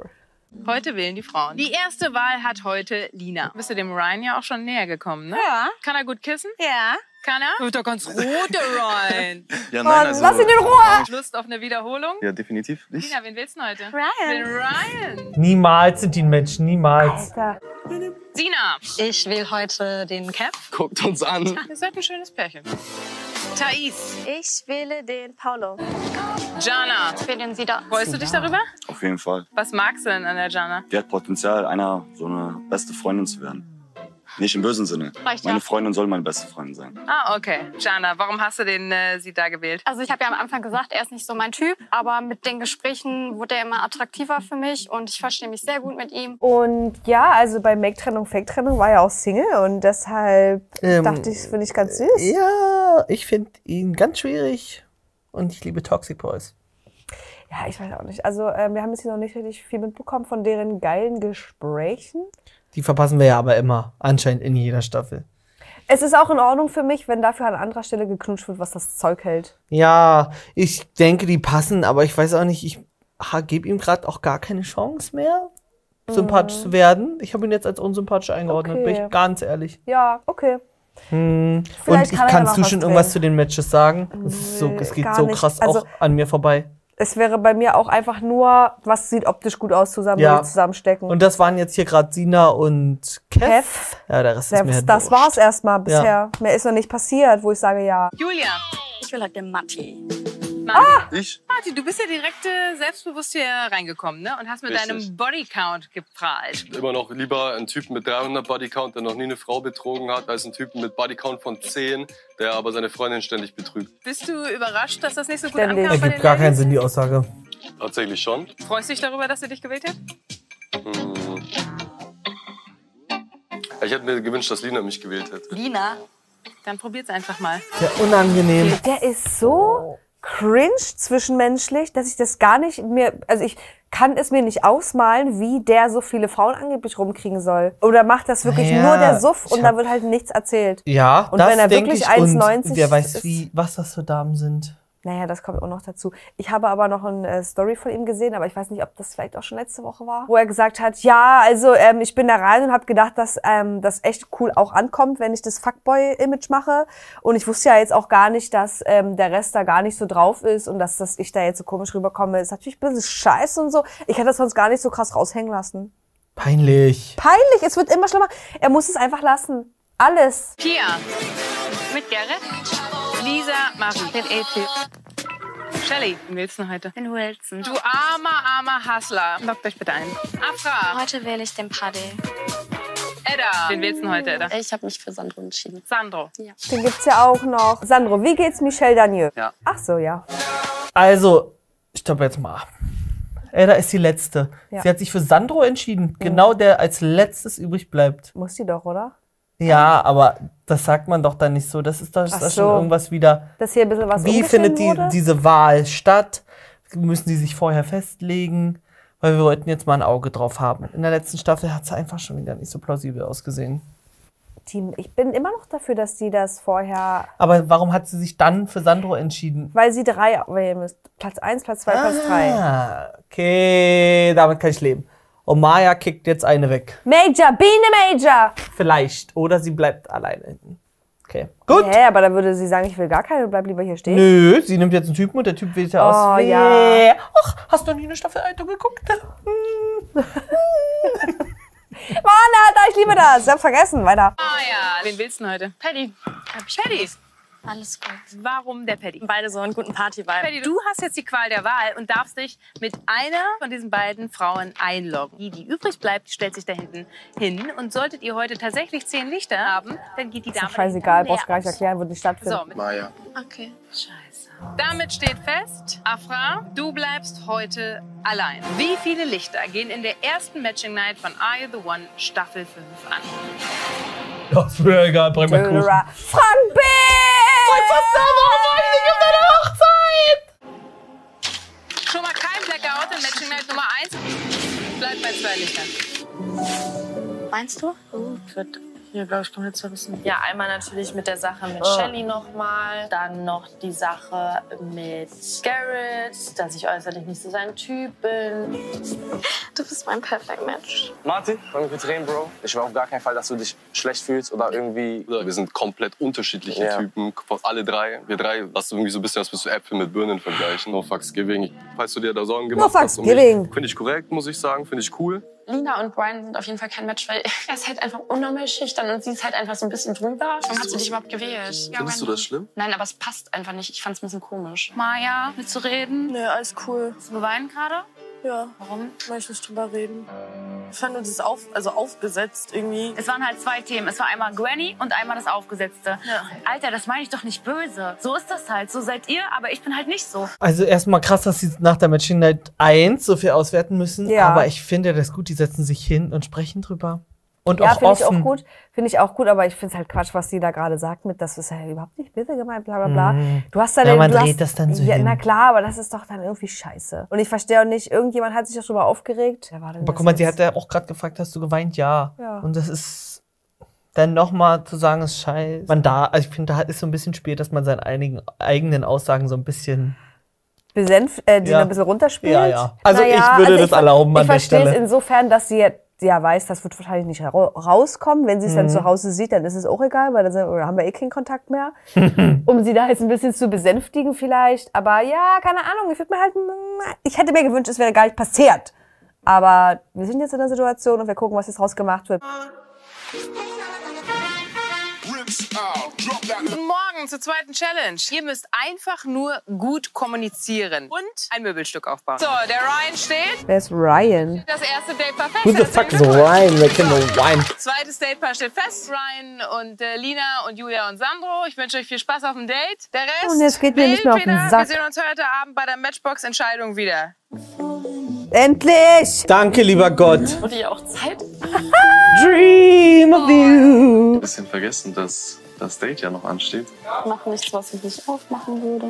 M: Heute wählen die Frauen. Die erste Wahl hat heute Lina. Bist du dem Ryan ja auch schon näher gekommen, ne?
L: Ja.
M: Kann er gut kissen?
L: Ja.
M: Kann er? Wird doch ganz rot, der Ryan.
J: Ja, also-
M: Lust auf eine Wiederholung?
J: Ja, definitiv nicht.
M: Lina, wen willst du denn heute? Ryan. Den Ryan.
B: Niemals sind die ein Mensch, niemals.
M: Sina.
N: Ich wähle heute den Cap.
I: Guckt uns an.
M: Ihr seid ein schönes Pärchen. Thais.
H: Ich wähle den Paolo.
M: Jana. Ich wähle den Sida. Freust du dich darüber?
D: Auf jeden Fall.
M: Was magst du denn an der Jana?
D: Die hat Potenzial, einer so eine beste Freundin zu werden. Nicht im bösen Sinne.
M: Reicht ja.
D: meine Freundin soll meine beste Freundin sein.
M: Ah, okay. Jana, warum hast du den äh, Sida gewählt?
O: Also ich habe ja am Anfang gesagt, er ist nicht so mein Typ, aber mit den Gesprächen wurde er immer attraktiver für mich und ich verstehe mich sehr gut mit ihm.
A: Und ja, also bei Make-Trennung, Fake-Trennung war ja auch Single und deshalb
B: Ähm,
A: dachte ich, finde ich ganz süß.
B: Ja, ich finde ihn ganz schwierig und ich liebe Toxic Boys.
A: Ja, ich weiß auch nicht. Also ähm, wir haben jetzt hier noch nicht richtig viel mitbekommen von deren geilen Gesprächen.
B: Die verpassen wir ja aber immer, anscheinend in jeder Staffel.
A: Es ist auch in Ordnung für mich, wenn dafür an anderer Stelle geknutscht wird, was das Zeug hält.
B: Ja, ich denke, die passen, aber ich weiß auch nicht, ich gebe ihm gerade auch gar keine Chance mehr, sympathisch zu werden. Ich habe ihn jetzt als unsympathisch eingeordnet,
A: Mhm. Okay.
B: bin ich ganz ehrlich.
A: Ja, okay.
B: Hm. Und
A: Vielleicht
B: ich,
A: kann er
B: kannst
A: noch
B: du
A: was
B: schon irgendwas
A: drehen.
B: zu den Matches sagen? Es, ist so,
A: Nö,
B: es geht
A: gar
B: so
A: nicht.
B: krass
A: Also-
B: auch an mir vorbei.
A: Es wäre bei mir auch einfach nur, was sieht optisch gut aus, zusammen
B: Ja.
A: zusammenstecken.
B: Und das waren jetzt hier gerade Sina und Kev.
A: Kev.
B: Ja, der Rest ist mir
A: das,
B: halt
A: das war's erstmal bisher.
B: Ja.
A: Mehr ist noch nicht passiert, wo ich sage ja.
M: Julia.
O: Ich will halt den Matti.
M: Martin.
D: Ich?
M: Martin, du bist ja direkt äh, selbstbewusst hier reingekommen ne? und hast mit
I: Richtig.
M: deinem Bodycount geprahlt.
I: Immer noch lieber einen Typen mit 300 Bodycount, der noch nie eine Frau betrogen hat, als einen Typen mit Bodycount von 10, der aber seine Freundin ständig betrügt.
M: Bist du überrascht, dass das nicht so gut
B: Ständig.
M: ankam? bei
B: Ergibt
M: den
B: gar keinen
M: Ladies?
B: Sinn, die Aussage.
I: Tatsächlich schon.
M: Freust du dich darüber, dass er dich gewählt hat?
I: Hm. Ich hätte mir gewünscht, dass Lina mich gewählt hätte.
M: Lina. Dann probier's einfach mal.
B: Ja, unangenehm.
A: Der ist so cringe zwischenmenschlich, dass ich das gar nicht mehr, also ich kann es mir nicht ausmalen, wie der so viele Frauen angeblich rumkriegen soll. Oder macht das wirklich
B: Naja,
A: nur der Suff
B: ich
A: und da
B: hab-
A: wird halt nichts erzählt.
B: Ja,
A: Und
B: das
A: wenn er
B: denk
A: wirklich
B: ich. Und
A: 1,90
B: Wer weiß,
A: ist-
B: wie, was das für Damen sind.
A: Naja, das kommt auch noch dazu. Ich habe aber noch eine äh, Story von ihm gesehen, aber ich weiß nicht, ob das vielleicht auch schon letzte Woche war, wo er gesagt hat, ja, also ähm, ich bin da rein und habe gedacht, dass ähm, das echt cool auch ankommt, wenn ich das Fuckboy-Image mache. Und ich wusste ja jetzt auch gar nicht, dass ähm, der Rest da gar nicht so drauf ist und dass, dass ich da jetzt so komisch rüberkomme. Ist natürlich ein bisschen scheiße und so. Ich hätte das sonst gar nicht so krass raushängen lassen.
B: Peinlich.
A: Peinlich, es wird immer schlimmer. Er muss es einfach lassen. Alles.
M: Pia. Mit Gerrit. Lisa, Marie. Den E-Typ. Shelly. Wen willst du denn heute? Den Wilson. Du armer, armer Hustler. Lockt euch bitte ein. Afra.
O: Heute wähle ich den Paddy.
M: Edda. Wen willst du denn heute, Edda?
A: Ich habe mich für Sandro entschieden.
M: Sandro.
A: Den gibt's ja auch noch. Sandro, wie geht's Michel Daniel? Ja. Ach so, ja.
B: Also, ich stopp jetzt mal. Edda ist die Letzte.
A: Ja.
B: Sie hat sich für Sandro entschieden. Genau der als letztes übrig bleibt.
A: Muss die doch, oder?
B: Ja, aber das sagt man doch dann nicht so. Das ist doch das
A: Ach
B: ist doch
A: so.
B: schon irgendwas wieder.
A: Dass hier ein bisschen was
B: Wie
A: umgeschrieben
B: findet die,
A: wurde?
B: diese Wahl statt? Müssen die sich vorher festlegen? Weil wir wollten jetzt mal ein Auge drauf haben. In der letzten Staffel hat es einfach schon wieder nicht so plausibel ausgesehen.
A: Team, ich bin immer noch dafür, dass die das vorher
B: Aber warum hat sie sich dann für Sandro entschieden?
A: Weil sie drei wählen müsst. Platz 1, Platz 2, Platz 3.
B: Ah, okay, damit kann ich leben. Und Maya kickt jetzt eine weg.
A: Major, Biene Major!
B: Vielleicht. Oder sie bleibt alleine hinten. Okay. Gut.
A: Hä, aber dann würde sie sagen, ich will gar keine und bleib lieber hier stehen.
B: Nö, sie nimmt jetzt einen Typen und der Typ wählt ja
A: Oh,
B: aus. Wer-
A: ja.
B: Ach, hast du nie eine Staffel Alter geguckt?
A: Mann, Alter, ich liebe das. Ich hab vergessen. Weiter.
M: Ah ja, wen willst du denn heute? Paddy. Hab ich Paddy. Alles gut. Warum der Paddy? Beide so einen guten Party-Vibe. Paddy, du hast jetzt die Qual der Wahl und darfst dich mit einer von diesen beiden Frauen einloggen. Die, die übrig bleibt, die stellt sich da hinten hin. Und solltet ihr heute tatsächlich zehn Lichter haben, dann geht die
A: Ist doch
M: Dame.
A: scheißegal, brauchst gar
M: leer
A: nicht
M: aus.
A: erklären, wird nicht stattfinden.
M: So, mit Maya. Okay. Scheiße. Damit steht fest, Afra, du bleibst heute allein. Wie viele Lichter gehen in der ersten Matching Night von Are You the One Staffel 5 an?
B: Ja, ist mir egal, bring mal Kuchen.
A: Döra. Frank B!
M: Sei fast da, warum
B: oh
M: war ich nicht auf deiner Hochzeit? Schon mal kein Blackout in Matching Night Nummer 1. Bleibt bei zwei Lichtern.
F: Meinst du? Oh, ich würd- hier, glaube ich, kommt jetzt so ein bisschen.
E: Ja, einmal natürlich mit der Sache mit
F: Ah.
E: Shelly nochmal. Dann noch die Sache mit Garrett, dass ich äußerlich nicht so sein Typ bin.
F: Du bist mein Perfect Match.
J: Martin, wollen wir kurz reden, Bro? Ich will auf gar keinen Fall, dass du dich schlecht fühlst oder irgendwie.
I: Wir sind komplett unterschiedliche
J: Ja.
I: Typen, alle drei. Wir drei, lass du irgendwie so ein bisschen, als würdest du Äpfel mit Birnen vergleichen. No fucks giving. Falls du dir da Sorgen gemacht
A: fucks
I: hast um mich,
A: giving.
I: Finde ich korrekt, muss ich sagen, finde ich cool.
F: Lina und Brian sind auf jeden Fall kein Match, weil er ist halt einfach unnormal schüchtern und sie ist halt einfach so ein bisschen drüber. Warum hast du dich überhaupt gewählt?
J: Findest du das schlimm?
F: Nein, aber es passt einfach nicht. Ich fand's ein bisschen komisch.
M: Maja, willst du reden?
E: Nö, alles cool.
M: Willst du weinen gerade?
E: Ja. Warum? Ich möchte nicht drüber reden. Ich fand uns das auf, also aufgesetzt irgendwie.
M: Es waren halt zwei Themen. Es war einmal Granny und einmal das Aufgesetzte. Alter, das meine ich doch nicht böse. So ist das halt. So seid ihr, aber ich bin halt nicht so.
B: Also erstmal krass, dass sie nach der Matching Night 1 so viel auswerten müssen.
A: Ja.
B: Aber ich finde das gut, die setzen sich hin und sprechen drüber. Und
A: ja,
B: auch
A: finde ich
B: offen.
A: auch gut. Finde ich auch gut, aber ich finde es halt Quatsch, was die da gerade sagt mit, das ist ja überhaupt nicht böse gemeint, bla bla bla.
B: Mm.
A: Du hast dann,
B: Ja, man
A: du
B: dreht
A: hast,
B: das dann so
A: ja,
B: hin.
A: Na klar, aber das ist doch dann irgendwie scheiße. Und ich verstehe auch nicht, irgendjemand hat sich doch darüber aufgeregt. Wer war denn
B: Aber
A: das
B: guck mal, sie
A: jetzt?
B: hat ja auch gerade gefragt, hast du geweint? Ja.
A: Ja.
B: Und das ist dann nochmal zu sagen, ist scheiße. Man da, also ich finde, da ist so ein bisschen spät, dass man seinen einigen, eigenen Aussagen so ein bisschen.
A: Besenf äh, die
B: Ja.
A: ein bisschen runterspielt.
B: Ja, ja. Also ich würde das
A: ver-
B: erlauben an
A: Ich
B: der
A: verstehe es
B: Stelle.
A: insofern, dass sie ja, ja weiß, das wird wahrscheinlich nicht ra- rauskommen. Wenn sie es dann
B: Mhm.
A: zu Hause sieht, dann ist es auch egal, weil dann sind- oder haben wir eh keinen Kontakt mehr. um sie da jetzt ein bisschen zu besänftigen vielleicht. Aber ja, keine Ahnung. Ich würde mir halt, ich hätte mir gewünscht, es wäre gar nicht passiert. Aber wir sind jetzt in der Situation und wir gucken, was jetzt rausgemacht wird.
M: Guten Morgen zur zweiten Challenge. Ihr müsst einfach nur gut kommunizieren und ein Möbelstück aufbauen. So, der Ryan steht.
A: Wer ist Ryan?
M: Das erste Datepaar fest.
P: Who the fuck is Ryan? Wer kennt nur Ryan?
M: Zweites Datepaar steht fest. Ryan und äh, Lina und Julia und Sandro. Ich wünsche euch viel Spaß auf dem Date. Der Rest
A: Und jetzt geht mir
M: wählt
A: nicht mehr auf den
M: wieder.
A: Sack.
M: Wir sehen uns heute Abend bei der Matchbox-Entscheidung wieder.
A: Endlich!
B: Danke, lieber Gott.
M: Wurde ja auch Zeit.
B: Dream of you.
J: bisschen vergessen, dass das Date ja noch ansteht.
F: Mach nichts, was ich nicht aufmachen würde.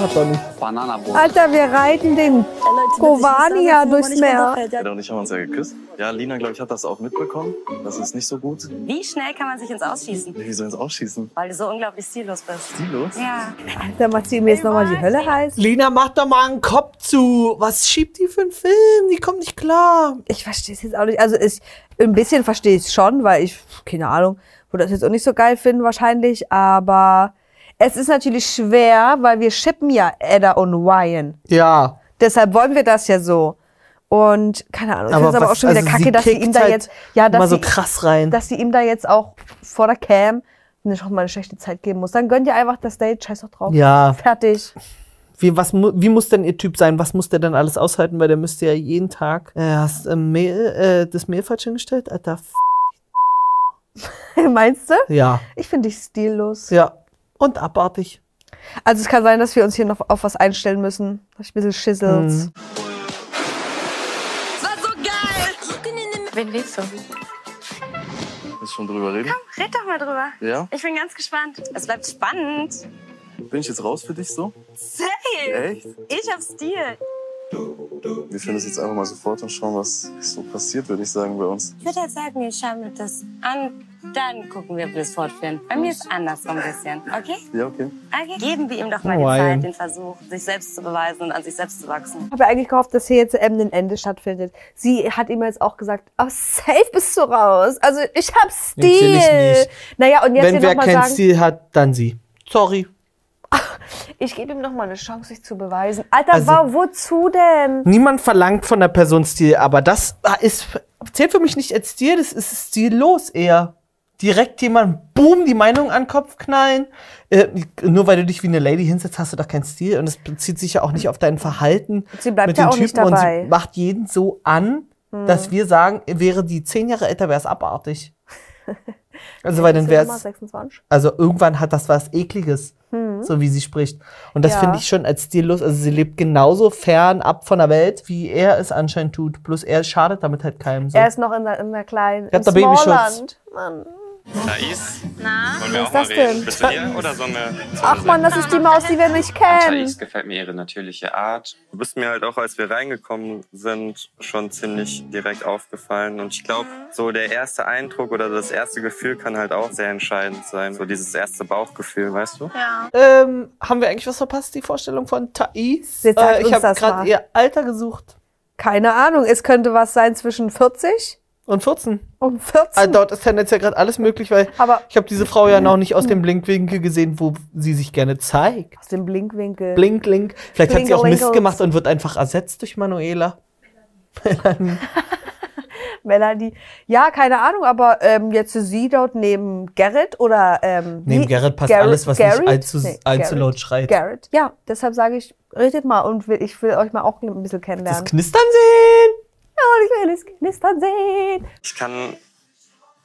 B: Hat doch nicht.
J: Bananabrot.
A: Alter, wir reiten den Kovania durchs Meer.
J: Edda und ich haben uns ja geküsst. Ja, Lina, glaube ich, hat das auch mitbekommen. Das ist nicht so gut.
N: Wie schnell kann man sich ins Ausschießen?
J: Wie soll ins Ausschießen?
N: Weil du so unglaublich stillos bist.
J: Stillos?
N: Ja.
A: Alter, macht sie mir jetzt nochmal die Hölle heiß.
B: Lina, mach doch mal einen Kopf zu. Was schiebt die für einen Film? Die kommt nicht klar.
A: Ich verstehe es jetzt auch nicht. Also ich, ein bisschen verstehe ich es schon, weil ich, keine Ahnung, würde das jetzt auch nicht so geil finden wahrscheinlich, aber es ist natürlich schwer, weil wir shippen ja Edda und Ryan.
P: Ja.
A: Deshalb wollen wir das ja so. Und keine Ahnung, ich
P: Aber
A: finde es aber auch
P: was-
A: schon wieder
P: also sie
A: kacke, dass sie
P: kickt
A: ihm da
P: halt
A: jetzt, ja, dass
P: immer so
A: sie,
P: krass rein.
A: dass sie ihm da jetzt auch vor der Cam nicht noch mal eine schlechte Zeit geben muss. Dann gönnt ihr einfach das Date, scheiß doch drauf.
P: Ja.
A: Fertig.
P: Wie, was, mu- wie muss denn ihr Typ sein? Was muss der denn alles aushalten? Weil der müsste ja jeden Tag. Äh, hast äh, Mail, äh, das Mail falsch hingestellt? Alter, f
A: Meinst du?
B: Ja.
A: Ich finde dich stillos.
B: Ja. Und abartig.
A: Also es kann sein, dass wir uns hier noch auf was einstellen müssen. Hab ich ein bisschen
P: Mhm.
A: Schissels.
L: Das war so geil!
Q: Wen willst du?
J: Willst du schon drüber reden?
H: Red doch mal drüber.
J: Ja?
H: Ich bin ganz gespannt. Es bleibt spannend.
J: Bin ich jetzt raus für dich so?
H: Safe.
J: Echt?
H: Ich hab Stil.
J: Wir finden das jetzt einfach mal sofort und schauen, was so passiert, würde ich sagen, bei uns.
N: Ich würde halt sagen, wir schauen uns das an, dann gucken wir, ob wir es fortführen. Bei mir ist andersrum ein bisschen, okay?
J: Ja, okay.
N: okay? Geben wir ihm doch mal die
A: Why?
N: Zeit, den Versuch, sich selbst zu beweisen und an sich selbst zu wachsen.
A: Ich habe ja eigentlich gehofft, dass hier jetzt eben ein Ende stattfindet. Sie hat ihm jetzt auch gesagt, aber safe bist du raus. Also ich hab Stil.
B: Natürlich nicht.
A: Naja, und jetzt
B: Wenn
A: hier
B: wer
A: nochmal
B: keinen
A: sagen,
B: Stil hat, dann sie. Sorry.
A: ich gebe ihm nochmal eine Chance, sich zu beweisen. Alter,
B: Also-
A: war, wozu denn?
B: Niemand verlangt von der Person Stil, aber das ist, zählt für mich nicht als Stil, das ist stillos eher. Direkt jemand, boom, die Meinung an den Kopf knallen. Äh, nur weil du dich wie eine Lady hinsetzt, hast du doch keinen Stil. Und das bezieht sich ja auch nicht auf dein Verhalten
A: Sie bleibt
B: mit
A: ja
B: den
A: auch
B: Typen.
A: nicht
B: Und
A: dabei.
B: sie macht jeden so an,
A: Hm.
B: dass wir sagen, wäre die zehn Jahre älter, wäre es abartig. Also, weil dann
A: Ist
B: wäre
A: sie nochmal
B: es.
A: 26?
B: Also, irgendwann hat das was Ekliges,
A: Hm.
B: so wie sie spricht. Und das
A: Ja.
B: finde ich schon als stillos. Also, sie lebt genauso fern ab von der Welt, wie er es anscheinend tut. Bloß er schadet damit halt keinem. So.
A: Er ist noch in der, in der kleinen,
B: Ich hab
A: im
B: da Babyschutz.
A: Smalland. Mann.
R: Thais?
A: Na?
R: Wollen wir
A: Was
R: auch mal
A: ist das
R: reden?
A: denn?
R: Bist du hier oder so
Q: Ähm.
R: eine?
A: Ach man, das ist die Maus, die wir nicht kennen.
R: Thais gefällt mir ihre natürliche Art.
S: Du bist mir halt auch, als wir reingekommen sind, schon ziemlich direkt aufgefallen. Und ich glaube,
Q: Mhm.
S: so der erste Eindruck oder das erste Gefühl kann halt auch sehr entscheidend sein. So dieses erste Bauchgefühl, weißt du?
A: Ja.
B: Ähm, haben wir eigentlich was verpasst, die Vorstellung von Thais?
A: Jetzt sagt
B: Äh,
A: uns
B: ich habe
A: das
B: gerade
A: mal.
B: ihr Alter gesucht.
A: Keine Ahnung, es könnte was sein zwischen 40
B: und 14.
A: und 14.
B: Also dort ist tendenziell gerade alles möglich, weil
A: Aber
B: ich habe diese Frau ja noch nicht aus dem Blinkwinkel gesehen, wo sie sich gerne zeigt.
A: Aus dem Blinkwinkel.
B: Blink, blink. Vielleicht hat sie auch Mist
A: Blinkelingels.
B: gemacht und wird einfach ersetzt durch Manuela.
A: Melanie. Ja, keine Ahnung, aber ähm, jetzt sie dort neben Garrett oder ähm,
B: Neben
A: wie?
B: Garrett passt alles, was nicht allzu- allzu
A: Garrett.
B: laut schreit.
A: Garrett. Ja, deshalb sage ich, redet mal und will, ich will euch mal auch ein bisschen kennenlernen.
B: Das Knistern sehen!
A: Ja, und ich will es knistern sehen.
S: Ich kann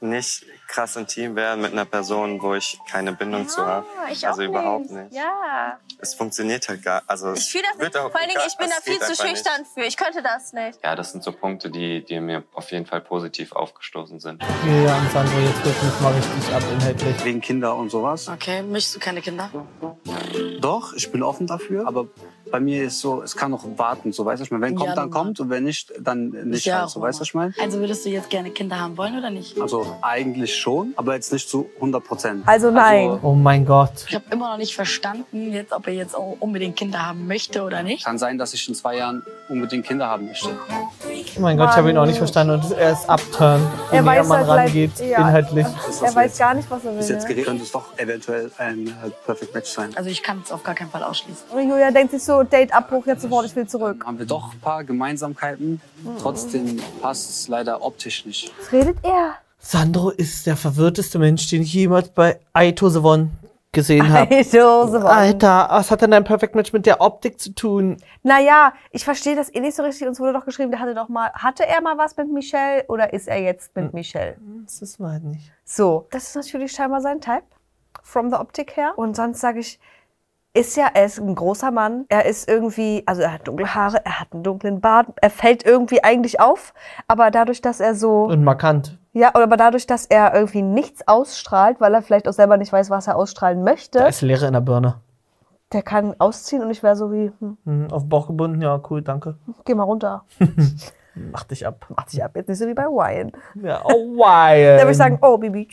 S: nicht krass intim werden mit einer Person, wo ich keine Bindung zu habe.
Q: Ah,
S: Also überhaupt nicht.
Q: Ja.
S: Es funktioniert halt gar also
Q: Ich fühle das
S: wird
Q: nicht.
S: auch-
Q: Vor allen Dingen, ich bin
S: es
Q: da viel
S: geht
Q: zu
S: einfach nicht.
Q: schüchtern für. Ich könnte das nicht.
R: Ja, das sind so Punkte, die, die mir auf jeden Fall positiv aufgestoßen sind.
B: Ja, und Sandro, jetzt wird nicht mal richtig ab inhaltlich.
T: Wegen Kinder und sowas.
Q: Okay, möchtest du keine Kinder?
T: Doch, ich bin offen dafür, aber bei mir ist so, es kann noch warten, so weißt du, was ich meine, wenn
Q: Ja,
T: kommt, dann
Q: Mann.
T: kommt und wenn nicht, dann nicht,
Q: Ja,
T: halt, so weißt du, was ich meine.
Q: Also würdest du jetzt gerne Kinder haben wollen oder nicht?
T: Also eigentlich schon, aber jetzt nicht zu 100 Prozent.
A: Also nein.
B: Oh mein Gott.
Q: Ich habe immer noch nicht verstanden, jetzt, ob er jetzt auch unbedingt Kinder haben möchte oder nicht.
T: Kann sein, dass ich in zwei Jahren unbedingt Kinder haben möchte.
B: Oh mein Gott, ich habe ihn auch nicht verstanden und er ist upturn, je
A: Er
B: näher
A: weiß
B: man
A: halt
B: rangeht,
A: gleich- ja.
B: inhaltlich.
A: Er weiß gar nicht, was er
T: Bis
A: will.
T: jetzt
A: Ne?
T: geredet, könnte es doch eventuell ein äh, Perfect Match sein.
Q: Also ich kann es auf gar keinen Fall ausschließen.
A: Und Julia denkt sich so, Date-Abbruch, jetzt sofort, ich will zurück. Mhm.
T: Haben wir doch ein paar Gemeinsamkeiten, trotzdem passt es leider optisch nicht.
A: Was redet er?
B: Sandro ist der verwirrteste Mensch, den ich jemals bei Aito Sevon gesehen habe.
A: Aito Sevon.
B: Alter, was hat denn ein Perfect Match mit der Optik zu tun?
A: Naja, ich verstehe das eh nicht so richtig. Uns wurde doch geschrieben, der hatte doch mal, hatte er mal was mit Michelle oder ist er jetzt
B: Hm.
A: mit Michelle?
B: Das wissen wir halt nicht.
A: So, das ist natürlich scheinbar sein Type, from the Optik her. Und sonst sage ich, ist ja, er ist ein großer Mann. Er ist irgendwie, also er hat dunkle Haare, er hat einen dunklen Bart, er fällt irgendwie eigentlich auf, aber dadurch, dass er so.
B: Und markant.
A: ja, aber dadurch, dass er irgendwie nichts ausstrahlt, weil er vielleicht auch selber nicht weiß, was er ausstrahlen
B: Da
A: möchte,
B: ist Leere in der Birne.
A: der kann ausziehen und ich wäre so wie, hm,
B: Hm, auf den Bauch gebunden, ja, cool, danke.
A: geh mal runter.
B: Mach dich ab.
A: Mach dich ab, jetzt nicht so wie bei Ryan.
B: Ja, oh, wild.
A: Da würde ich sagen, oh, Bibi.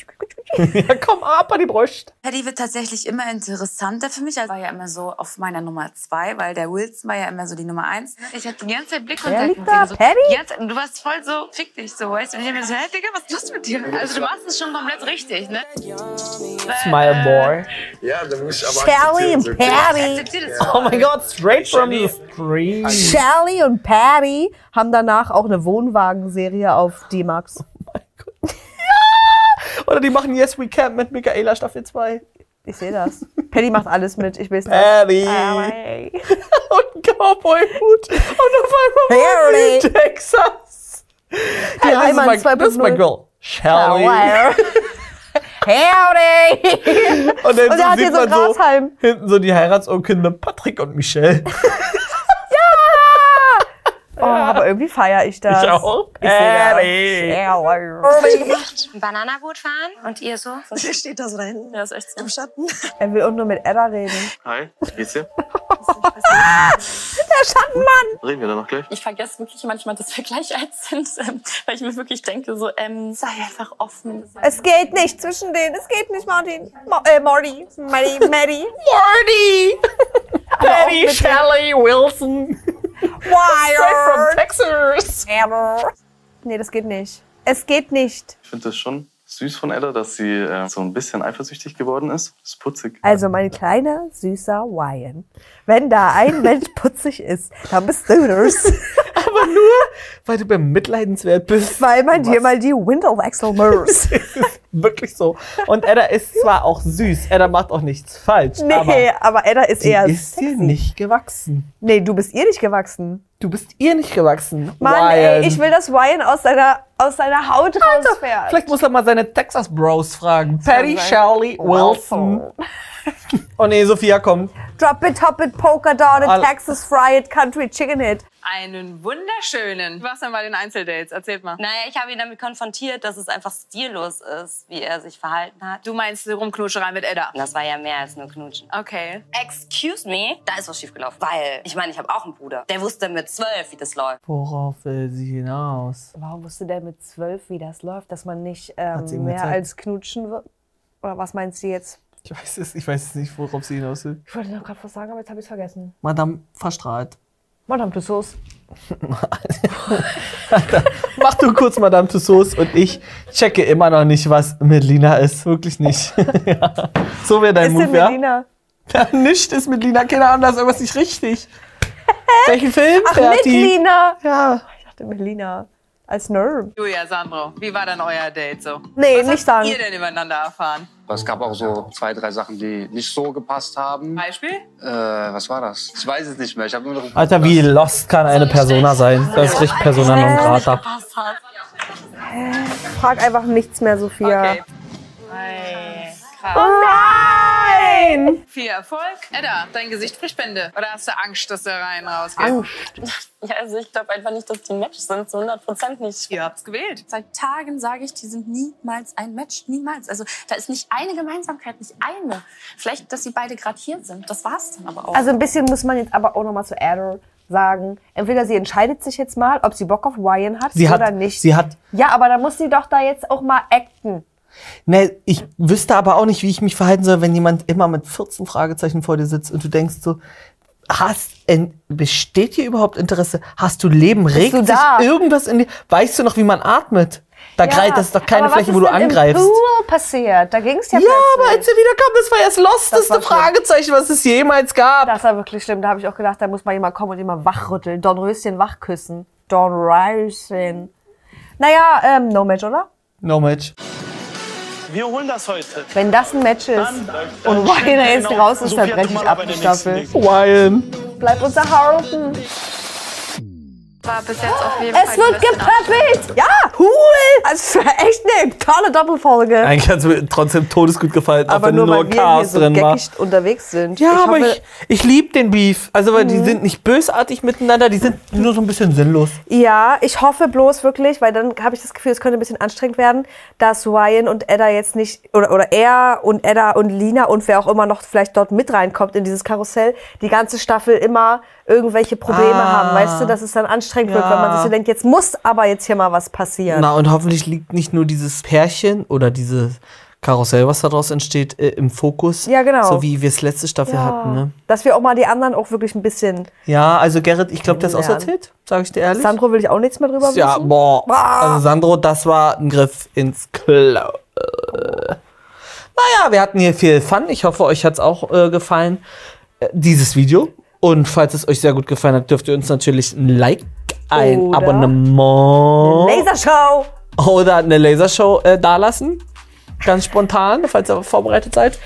B: ja, komm ab an die Brust.
U: Paddy wird tatsächlich immer interessanter für mich. Also war ja immer so auf meiner Nummer zwei, weil der Wilson war ja immer so die Nummer eins.
E: Ich hatte die ganze Zeit
U: Wer
E: Blickkontakt
U: liegt
E: mit
U: da?
E: dir. So,
U: Patty?
E: die ganze Zeit- und du warst voll so, fick dich so, weißt du? Und ich hab mir so, hä, Digga, was ist los mit dir? Also du machst es schon komplett richtig, ne?
A: äh,
B: Smile Boy.
V: Ja, dann muss ich aber.
A: Shelly
V: akzeptieren, so
A: und
V: okay.
A: Patty.
B: Oh mein Gott, straight from the stream.
A: Shelly und Patty haben danach auch eine Wohnwagenserie auf D-Max.
B: Oder die machen Yes We Camp mit Michaela Staffel 2.
A: Ich sehe das. Patty macht alles mit. Ich weiß das.
B: Patty.
A: Ah, Patty.
B: Und Cowboy-Hut. Und auf einmal war sie in Texas. Ja, das,
A: Einmal
B: ist mein, das ist
A: 2.0. Ah,
B: mein Girl. Shelly.
A: Hello. Howdy!
B: Und dann
A: Und
B: so
A: er hat
B: sieht
A: hier so einen
B: man so
A: Grashalm.
B: hinten so die Heiratsurkunde Patrick und Michelle.
A: Oh, aber irgendwie feiere ich das.
B: Ich auch.
J: Äh,
A: Ich sehe
B: Ehrlich.
N: Banana gut fahren? Und ihr so?
T: Und er steht da so da hinten.
N: Ja, ist echt so.
T: Im Schatten.
A: Er will auch nur mit Edda reden.
J: Hi, wie geht's dir?
A: Der Schattenmann!
J: Reden wir dann noch gleich?
F: Ich vergesse wirklich manchmal, dass wir gleich alt sind, ähm, weil ich mir wirklich denke, so, ähm, sei einfach offen.
A: Es geht nicht zwischen denen. Es geht nicht, Martin. Mo äh, Morty. Mary, Mary. Morty!
W: Betty Shelley Wilson.
A: Wired.
W: Straight from Texas.
A: Ever. Nee, das geht nicht. Es geht nicht.
J: Ich finde es schon süß von Edda, dass sie äh, so ein bisschen eifersüchtig geworden ist. Das ist putzig.
A: Also, mein kleiner, süßer Wyan. Wenn da ein Mensch putzig ist, dann bist du das.
B: Aber nur, weil du bemitleidenswert bist.
A: Weil man dir mal die Window-Wechsel muss.
B: Wirklich so. Und Edda ist zwar auch süß, Edda macht auch nichts falsch.
A: Nee,
B: aber
A: aber, Edda ist
B: sie
A: eher.
B: ist dir nicht gewachsen.
A: Nee, du bist ihr nicht gewachsen.
B: Du bist ihr nicht gewachsen.
A: Mann,
B: Ryan.
A: ey, ich will, dass Wyan aus seiner, aus seiner Haut rausfährt.
B: Vielleicht muss er mal seine Texas Bros fragen. Patty
A: sein.
B: Shelley Wilson. Oh nee, Sophia kommt.
A: Drop it, hop it, polka dot it,
B: Al-
A: Texas fry it, country chicken it.
M: Einen wunderschönen. Was denn bei den Einzeldates? Erzählt mal.
N: Naja, ich habe ihn damit konfrontiert, dass es einfach stillos ist, wie er sich verhalten hat.
M: Du meinst die Rumknutscherei mit Edda?
N: Das war ja mehr als nur Knutschen.
M: Okay.
N: Excuse me, da ist was schiefgelaufen. Weil, ich meine, ich habe auch einen Bruder. Der wusste mit zwölf, wie das läuft.
B: Worauf will sie hinaus?
A: Warum wusste der mit zwölf, wie das läuft, dass man nicht ähm,
B: Hat sie ihm
A: mehr
B: gezeigt.
A: als knutschen wird? Oder was meinst du jetzt?
B: Ich weiß es, ich weiß es nicht, worauf sie hinaus will.
A: Ich wollte noch gerade was sagen, aber jetzt habe ich es vergessen.
B: Madame verstrahlt.
A: Madame Tussauds.
B: Mach du kurz Madame Tussauds und ich checke immer noch nicht, was mit Lina ist. Wirklich nicht. ja. So wäre dein
A: Ist
B: Move,
A: denn mit
B: ja?
A: Lina?
B: Ja, nicht ist mit Lina. Keine Ahnung, da ist irgendwas nicht richtig. Welchen Film?
A: Ach, mit
B: Fertig.
A: Lina! Ja. Ich dachte mit Lina. Als Nerd.
M: Julia, Sandro, wie war dann euer Date so?
A: Nee,
M: Was
A: nicht
M: habt
A: sagen.
M: ihr denn übereinander erfahren?
T: Aber es gab auch so zwei, drei Sachen, die nicht so gepasst haben.
M: Beispiel?
T: Äh, was war das? Ich weiß es nicht mehr. Ich habe nur noch
B: Alter, wie lost kann eine Persona sein? Das ist richtig Persona non grata.
A: Frag einfach nichts mehr, Sophia.
M: Ei, krass.
A: Oh nein!
M: Viel Erfolg. Edda, dein Gesicht spricht Bände. Oder hast du Angst, dass der rein rausgeht?
A: Angst.
F: Ja, also ich glaube einfach nicht, dass die ein Match sind, zu 100 Prozent nicht.
M: Ihr habt's gewählt.
F: Seit Tagen sage ich, die sind niemals ein Match, niemals. Also da ist nicht eine Gemeinsamkeit, nicht eine. Vielleicht, dass sie beide gerade hier sind, das war's dann aber auch.
A: Also ein bisschen muss man jetzt aber auch nochmal zu Errol sagen. Entweder sie entscheidet sich jetzt mal, ob sie Bock auf Ryan hat
B: Sie
A: oder
B: hat,
A: nicht.
B: sie hat
A: ja, aber dann muss sie doch da jetzt auch mal acten.
B: Ne, ich wüsste aber auch nicht, wie ich mich verhalten soll, wenn jemand immer mit 14 Fragezeichen vor dir sitzt und du denkst so, hast, en- besteht hier überhaupt Interesse? Hast du Leben?
A: Bist
B: Regt
A: du da?
B: sich irgendwas in dir? Weißt du noch, wie man atmet? Da
A: ja,
B: greift, das ist doch keine
A: aber
B: Fläche,
A: was
B: wo
A: ist
B: du
A: denn
B: angreifst.
A: Im Duo passiert. Da ging es ja
B: Ja,
A: plötzlich.
B: aber als er wiederkam, das war ja das losteste Fragezeichen, was es jemals gab.
A: Das war wirklich schlimm. Da habe ich auch gedacht, da muss mal jemand kommen und jemand wachrütteln. Dornröschen wachküssen. Dornröschen. Naja, ähm, no match, oder?
B: No match.
X: Wir holen das heute.
A: Wenn das ein Match ist und
X: dann genau.
A: Ryan
X: schenken
A: jetzt
X: wir
A: raus
X: noch-
A: ist, dann
X: Sophia,
A: breche
X: tu
A: ich
X: mal
A: ab
X: bei
A: die
X: der
A: Staffel.
B: Ryan.
A: Bleib unser Harolden.
Y: War bis jetzt auf jeden Fall
A: Es
Y: die
A: wird
Y: beste Nacht.
A: gepöppelt! Ja, cool! Das war echt eine tolle Doppelfolge.
B: Eigentlich hat es mir trotzdem todesgut gefallen,
A: aber nur, weil wir hier so geckig unterwegs sind.
B: Ja,
A: Ich
B: aber
A: hoffe-
B: ich, ich liebe den Beef. Also, weil die sind nicht bösartig miteinander, die sind nur so ein bisschen sinnlos.
A: Ja, ich hoffe bloß wirklich, weil dann habe ich das Gefühl, es könnte ein bisschen anstrengend werden, dass Ryan und Edda jetzt nicht, oder, oder er und Edda und Lina und wer auch immer noch vielleicht dort mit reinkommt in dieses Karussell, die ganze Staffel immer irgendwelche Probleme
B: Ah.
A: haben, weißt du, dass es dann anstrengend wird,
B: Ja.
A: weil man sich so denkt, jetzt muss aber jetzt hier mal was passieren.
B: Na, und hoffentlich liegt nicht nur dieses Pärchen oder dieses Karussell, was daraus entsteht, äh, im Fokus.
A: Ja, genau.
B: So wie wir es letzte Staffel
A: Ja.
B: hatten, ne?
A: Ah, Dass wir auch mal die anderen auch wirklich ein bisschen
B: Ja, also Gerrit, ich glaube, der ist
A: Ja.
B: auserzählt, sage ich dir ehrlich.
A: Sandro will ich auch nichts mehr drüber wissen.
B: ja, boah. Also Sandro, das war ein Griff ins Klo. Äh. Naja, wir hatten hier viel Fun. Ich hoffe, euch hat es auch äh, gefallen, äh, dieses Video. Und falls es euch sehr gut gefallen hat, dürft ihr uns natürlich ein Like, ein
A: Oder
B: Abonnement
A: Lasershow!
B: oder eine Lasershow äh, dalassen. Ganz spontan, falls ihr vorbereitet seid.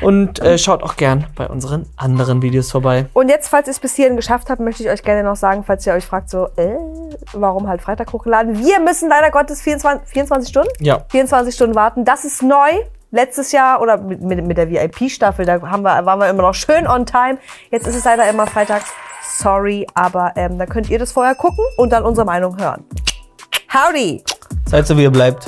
B: Und äh, schaut auch gern bei unseren anderen Videos vorbei.
A: Und jetzt, falls ihr es bis hierhin geschafft habt, möchte ich euch gerne noch sagen, falls ihr euch fragt, so, äh, warum halt Freitag hochgeladen? Wir müssen leider Gottes 24, 24 Stunden?
B: Ja.
A: 24 Stunden warten. Das ist neu. letztes Jahr oder mit, mit, mit der VIP-Staffel, da haben wir, waren wir immer noch schön on time. Jetzt ist es leider immer freitags. Sorry, aber ähm, da könnt ihr das vorher gucken und dann unsere Meinung hören. Howdy!
Z: Seid so, wie ihr bleibt.